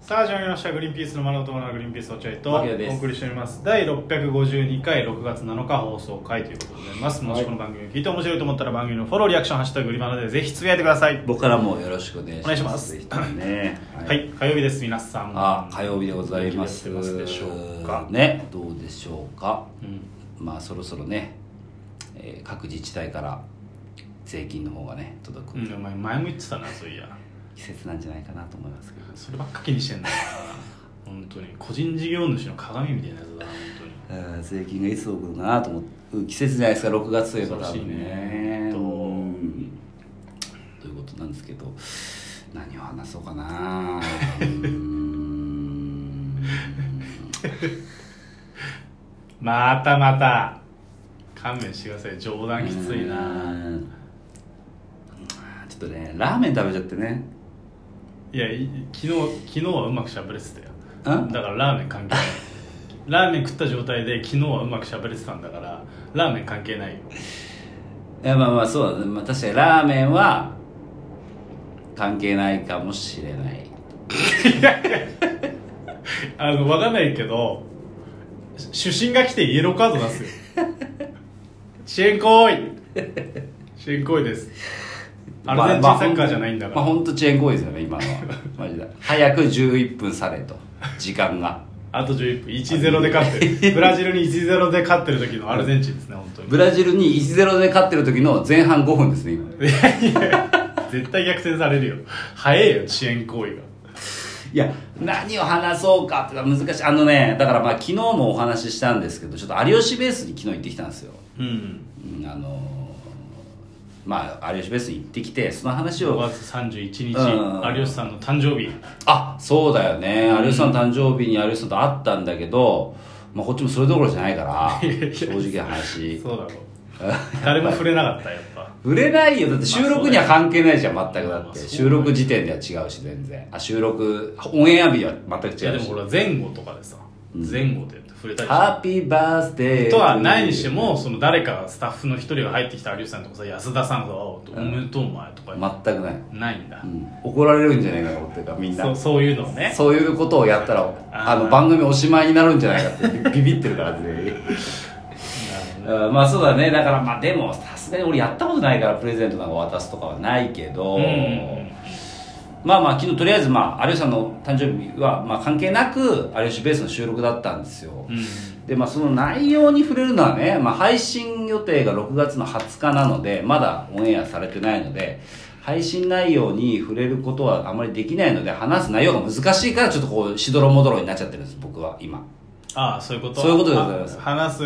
さあ始まりました「グリーンピースの丸男のグリーンピース落合」とお牧野です送りしております第652回6月7日放送回ということでございますもしこの番組を聞いて面白いと思ったら番組のフォローリアクション「ハッシュタググリマナ」でぜひつぶやいてください僕からもよろしくお願いしおます。願いしますぜひともね。は。い火曜日です皆さんあ、火曜日でございます。元気でやってますでしょうかね、どうでしょうか。うんまあそろそろね、えー各自治体から税金の方がね届くうん、お前前も言ってたなそういや季節なんじゃないかなと思いますけど。そればっか気にしてんだよな本当に個人事業主の鏡みたいなやつだな本えー税金がいつ届くのかなと思う季節じゃないですか6月といえば多恐ろしい分ねねうほんとんということなんですけど何を話そうか なうーん当にまたまた勘弁してください冗談きついうなーんちょっとねラーメン食べちゃってねいやい昨日昨日はうまくしゃべれてたよんだからラーメン関係ないラーメン食った状態で昨日はうまくしゃべれてたんだからラーメン関係ないよいやまあまあそうだね、まあ、確かにラーメンは関係ないかもしれないあのわかんないけどし主審が来てイエローカード出 すよ支援行為支援行為ですアルゼンチンサッカーじゃないんだからまあ、本当遅延行為ですよね今のはマジで早く11分されと時間があと11分1-0で勝ってるブラジルに1-0で勝ってる時のアルゼンチンですね本当にブラジルに1-0で勝ってる時の前半5分ですね今いやいや絶対逆転されるよ早えよ遅延行為がいや何を話そうかってのは難しいあのねだからまあ昨日もお話ししたんですけどちょっと有吉ベースに昨日行ってきたんですようんうんあのーまあ有吉ベースに行ってきてその話5を月31う日ん有吉さんの誕生日あそうだよね有吉さんの誕生日に有吉さんと会ったんだけど、まあ、こっちもそれどころじゃないから いやいや正直な話そうだ ろう誰も触れなかったやっぱ売れないよだって収録には関係ないじゃん全くだまあってそうだよ収録時点では違うし全然あ収録オンエア日は全くいや違でうしも俺は前後とかでさ前後で触れたりしハッピーバースデーてとはないにしてもその誰かスタッフの一人が入ってきた有吉さんとかさ安田さんが「おうおめでとうお前」とか全くない、ないんだうん、怒られるんじゃないかと思ってるからみんなそうそういうのをねそういうことをやったらああーの番組おしまいになるんじゃないかってビビビってるから全員うんまあそうだねだからまあでもさすがに俺やったことないからプレゼントなんか渡すとかはないけど、うんうんまあまあ昨日とりあえずまあ有吉さんの誕生日はまあ関係なく有吉ベースの収録だったんですよ、うんでまあその内容に触れるのはね、まあ、配信予定が6月の20日なのでまだオンエアされてないので配信内容に触れることはあまりできないので話す内容が難しいからちょっとこうしどろもどろになっちゃってるんです僕は今ああそういうことそういうことでございますあ話す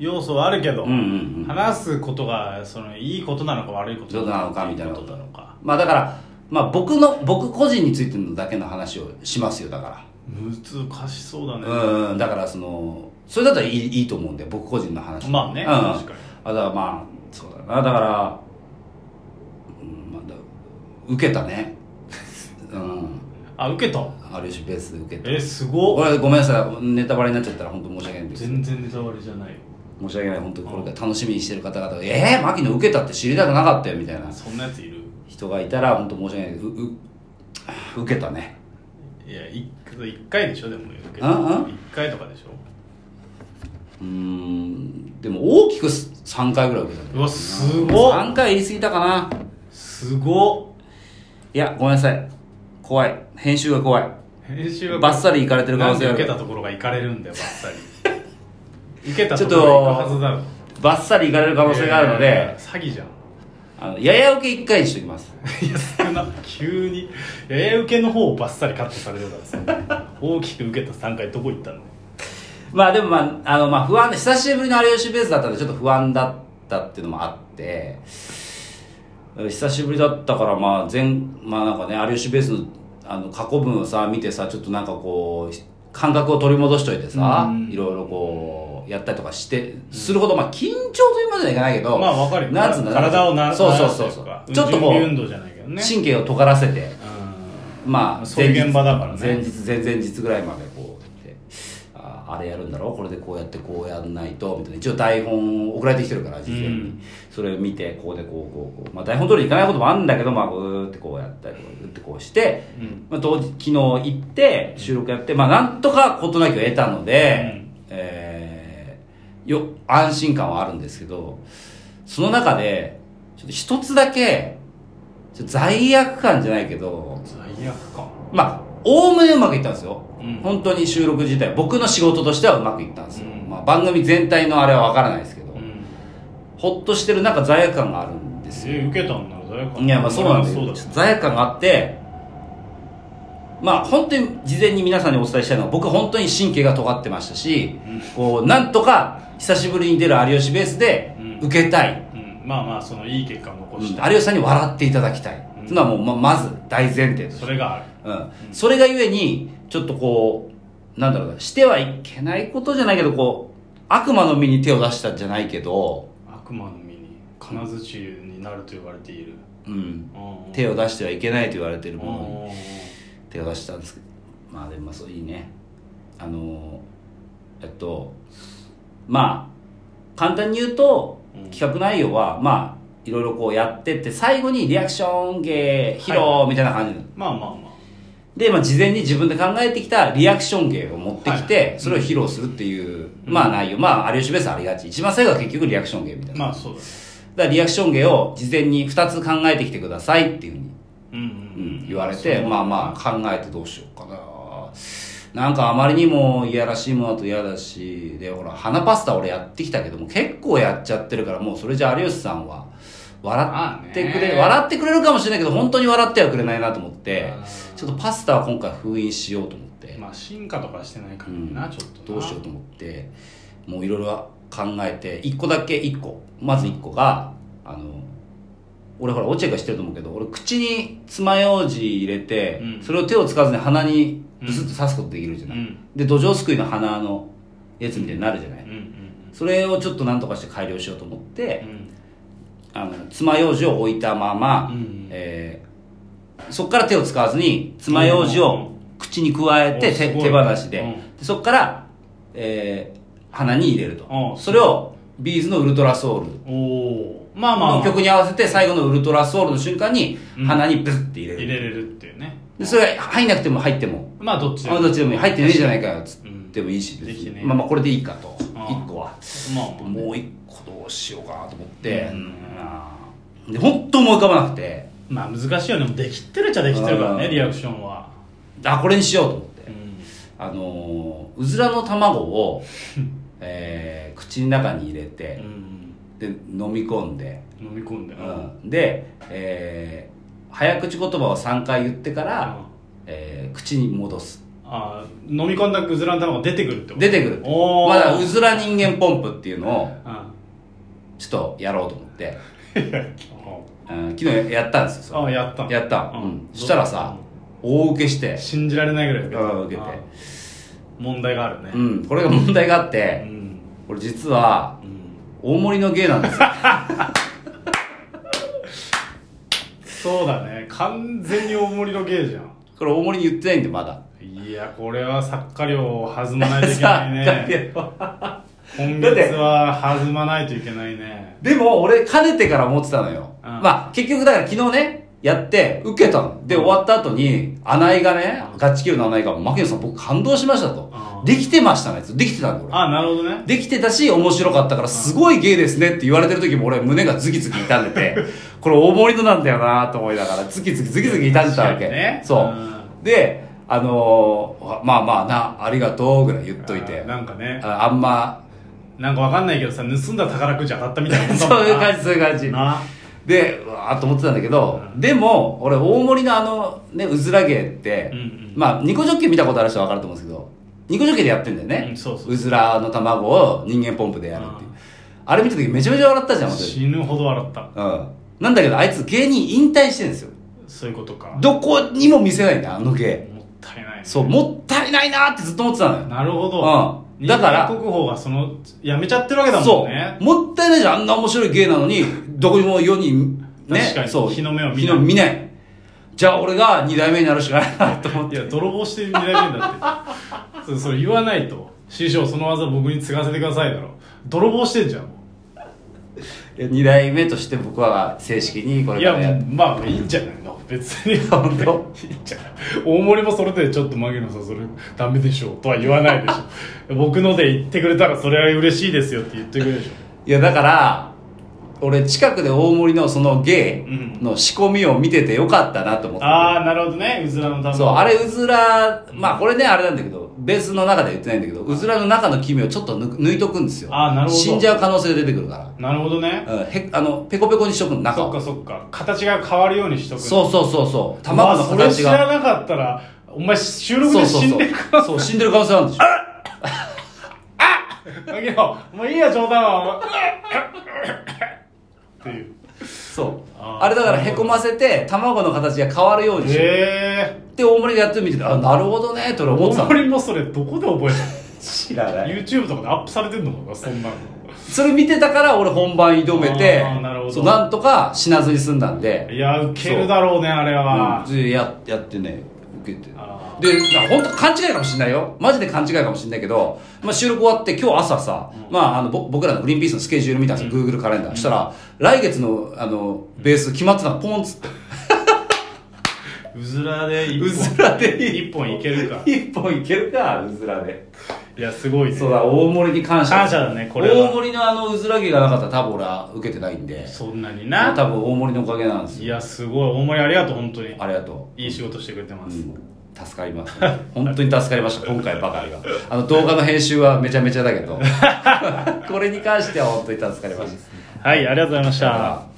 要素はあるけど、うんうんうん話すことがそのいいことなのか悪いことどうなのかみたいなことなのかまあだから、まあ、僕の僕個人についてのだけの話をしますよだか難しそうだらね、うんうんだからそのそれだったらいいいいと思うんで僕個人の話まあね、うん確かにあだからまあそうだなだから、うんまあ、だ受けたねうんあ受けた有吉ベース受けたえすごっこれごめんなさいネタバレになっちゃったら本当申し訳ないんです全然ネタバレじゃないよ申し訳ない本当これから楽しみにしてる方々が「えー、牧野受けたって知りたくなかったよ」みたいなそんなやついる人がいたら本当申し訳ないううあ受けたねいやい一回でしょでも受けたうんうん一回とかでしょうーんでも大きく3回ぐらい受けたうわすごっ3回言い過ぎたかなすごっいやごめんなさい怖い編集が怖い編集がバッサリ行かれてる可能性なんあでる受けたところが行かれるんだよバッサリ 受けたちょとっことろが行くはずだろバッサリ行かれる可能性があるのいやいやいやで、詐欺じゃんあのやや受け1回にしときますいや少な急にやや受けの方をバッサリカットされるからさ大きく受けた3回どこ行ったの まあでもまああのまあ不安久しぶりの有吉ベースだったんでちょっと不安だったっていうのもあって久しぶりだったからまあ全まあなんかね有吉ベースのあの過去文をさ見てさちょっとなんかこう感覚を取り戻しといてさ、うんいろいろこうやったりとかして、するほどまあ緊張というまではいかないけどまあわかるよなんつうんだ体をなそうそうそうそう慣らすといちかょっとこう準備運動じゃないけどね神経を尖らせてうまあ、そういう現場だからね前日前々日ぐらいまでこうやってああれやるんだろうこれでこうやってこうやんないとみたいな一応台本送られてきてるから事前に、うんそれを見てこうでこうこうこう、まあ、台本通りにいかないこともあるんだけどまあうーってこうやったりとかうーってここうして、うんまあ、当日昨日行って収録やって、まあ、なんとか事なきを得たので、うんえーよ安心感はあるんですけどその中でちょっと一つだけちょっと罪悪感じゃないけど罪悪感まあおおむねうまくいったんですよ、うん本当に収録自体僕の仕事としてはうまくいったんですよ、うんまあ、番組全体のあれは分からないですけど、うんほっとしてるなんか罪悪感があるんですよえ受けたんなら罪悪感いやまあそうなんですそようだちょっと罪悪感があってまあ本当に事前に皆さんにお伝えしたいのは僕本当に神経が尖ってましたし、うんこうなんとか久しぶりに出る有吉ベースでうん受けたい、うんまあまあそのいい結果をう残んし有た吉さんに笑っていただきたい、うんっていうのはもうままず大前提としてそれがあるうん、それがゆえにちょっとこうなんだろうなしてはいけないことじゃないけどこう悪魔の身に手を出したじゃないけど、悪魔の実に金槌になると言われているうん、うん手を出してはいけないと言われているものうにん手を出したんですけどまあでもまあそういいねあのえっとまあ簡単に言うとうん企画内容はまあいろいろこうやってって最後にリアクション芸披露みたいな感じなのまあまあまあで、まあ、事前に自分で考えてきたリアクション芸を持ってきて、はいそれを披露するっていう、うんまあ内容まあ有吉ベースありがち一番最後は結局リアクション芸みたいな、まあそうだねだからリアクション芸を事前に2つ考えてきてくださいっていうふうにうんううんん言われて、まあまあ考えてどうしようかななんかあまりにもいやらしいものだと嫌だしでほら花パスタ俺やってきたけども結構やっちゃってるからもうそれじゃあ有吉さんは笑ってくまあれね笑ってくれるかもしれないけど本当に笑ってはくれないなと思ってあーちょっとパスタは今回封印しようと思って、まあ進化とかしてないかうらんな、ちょっとなどうしようと思ってもういろいろ考えて1個だけ1個まず1個があの俺ほら落合が知ってると思うけど俺口に爪楊枝入れて、うんそれを手を使わずに鼻にブスッと刺すことできるじゃうない、んで土壌すくいの鼻のやつみたいになるじゃない、うんうんそれをちょっとなんとかして改良しようと思ってう、んあの爪楊枝を置いたまま、うんえーそこから手を使わずに爪楊枝を口に加えておす手ごい手放しで,、うんでそこから、えー鼻に入れるとうんそれをビーズのウルトラソウルおおまあまあまのあ曲に合わせて最後のウルトラソウルの瞬間にうん鼻にブスって入れる、入れれるっていうねでそれが入んなくても入ってもまあどっちであどっちでもいい入ってねえじゃないかよつうんってもいいし別できにてねまあまあこれでいいかとああ1個はまあまあねもう1個どうしようかなと思って、ううんんで本当思い浮かばなくてまあ難しいよねもうできてるっちゃできてるからうねんリアクションはあこれにしようと思ってうんあのーうずらの卵 を、えー口の中に入れうてんで飲み込んで、飲み込んでうんで、えー早口言葉を3回言ってから、うんえー口に戻すあー飲み込んだうずらの卵が出てくるってこと出てくるおーまだうずら人間ポンプっていうのをあちょっとやろうと思って、あうん、昨日やったんですよそあれやったのやった、うんうん、したらさ大受けして、信じられないぐらいうん受けてあー問題があるねうん、これが問題があって、んこれ実はうん大盛りの芸なんで すよそうだね完全に大盛りの芸じゃんこれ大盛りに言ってないんでまだいやこれは作家料を弾まないといけない ね今だって月は弾まないといけないねでも俺かねてから思ってたのよ、うんまあ結局だから昨日ねやって受けたので終わった後に穴井がねガッチキルの穴井が「牧野さん僕感動しました」とう「んできてましたね」と「できてたんだ俺」あなるほどねできてたし面白かったからすごい芸ですねって言われてる時も俺胸がズキズキ痛んでて これ大盛りのなんだよなと思いながらズキズキズキズキ痛んでたわ確け、かにねそう、うであのーまあまあなありがとうぐらい言っといてあーなんかねああ んまなんかわかんないけどさ盗んだ宝くじ当たったみたいなもんだもんそうないう感じそういう感じなでうわーっと思ってたんだけど、うんでも俺大盛りのあのねうずら芸って、うんうんまあニコジョッキ見たことある人は分かると思うんですけどニコジョッキでやってんだよね、うんそうそうずらの卵を人間ポンプでやるっていう、うんあれ見た時めちゃめちゃ笑ったじゃん本当に死ぬほど笑ったうんなんだけどあいつ芸人引退してるんですよそういうことかどこにも見せないんだよあの芸もったいないねそうもったいないなーってずっと思ってたのよなるほどうんだから人間国宝がそのやめちゃってるわけだもそんねう。もったいないじゃん。あんな面白い芸なのに、どこにも世に、ね。確かにそう。日の目を見ない日の見ない。じゃあ俺が二代目になるしかないなと思っいて。や泥棒して見られるんだってそうそれ言わないと師匠その技僕に継がせてくださいだろ泥棒してんじゃんもいや二代目として僕は正式にこうれいかやらやまあいいんじゃないの別に本当いいじゃん大森もそれでちょっと槙野さんそれダメでしょうとは言わないでし ょ僕ので言ってくれたらそれは嬉しいですよって言ってくれるでしょいやだから俺近くで大森のその芸の仕込みを見ててよかったなと思って、ああなるほどねうずらの卵そうあれうずらまあこれねあれなんだけどベースの中では言ってないんだけどうずらの中の黄身をちょっと抜く抜いとくんですよあーなるほど死んじゃう可能性が出てくるかなるほどねら、うん、へあのペコペコにしとくの中そっをかそっか形が変わるようにしとくそうそうそうそう卵のうわそれ形知が、らなかったらお前収録そでうそ死うんそうでるからそう死んでる可能性あるんでしょ槙野もういいや冗談はお前っていうそうああーれだからへこませて卵の形が変わるようにしようへえって大盛りでやってみててあなるほどねと俺思ってた大の森もそれどこで覚え知らたの YouTube とかでアップされてんのかなそんなのそれ見てたから俺本番挑めてあーなるほどそうなんとか死なずに済んだんでいやウケるだろうねあれは、うんでややってね受けてあで本当勘違いかもしれないよマジで勘違いかもしれないけど、まあ、収録終わって今日朝さ、まあ、あのぼ僕らのグリーンピースのスケジュール見たんですよ、Google カレンダー、そしたら来月のあのベース決まってたのポンっつってうずらで一本うずらで一本いけるか一本いけるかうずらでいやすごいねそうだ大盛りに感謝感謝だねこれは大盛りのあのうずら毛がなかったら多分俺は受けてないんでそんなにな多分大盛りのおかげなんですいよやすごい大盛りありがとう本当にありがとういい仕事してくれてます、うん助かります本当に助かりました今回ばかりはあの動画の編集はめちゃ めちゃだけどこれに関しては本当に助かりましたはいありがとうございましただから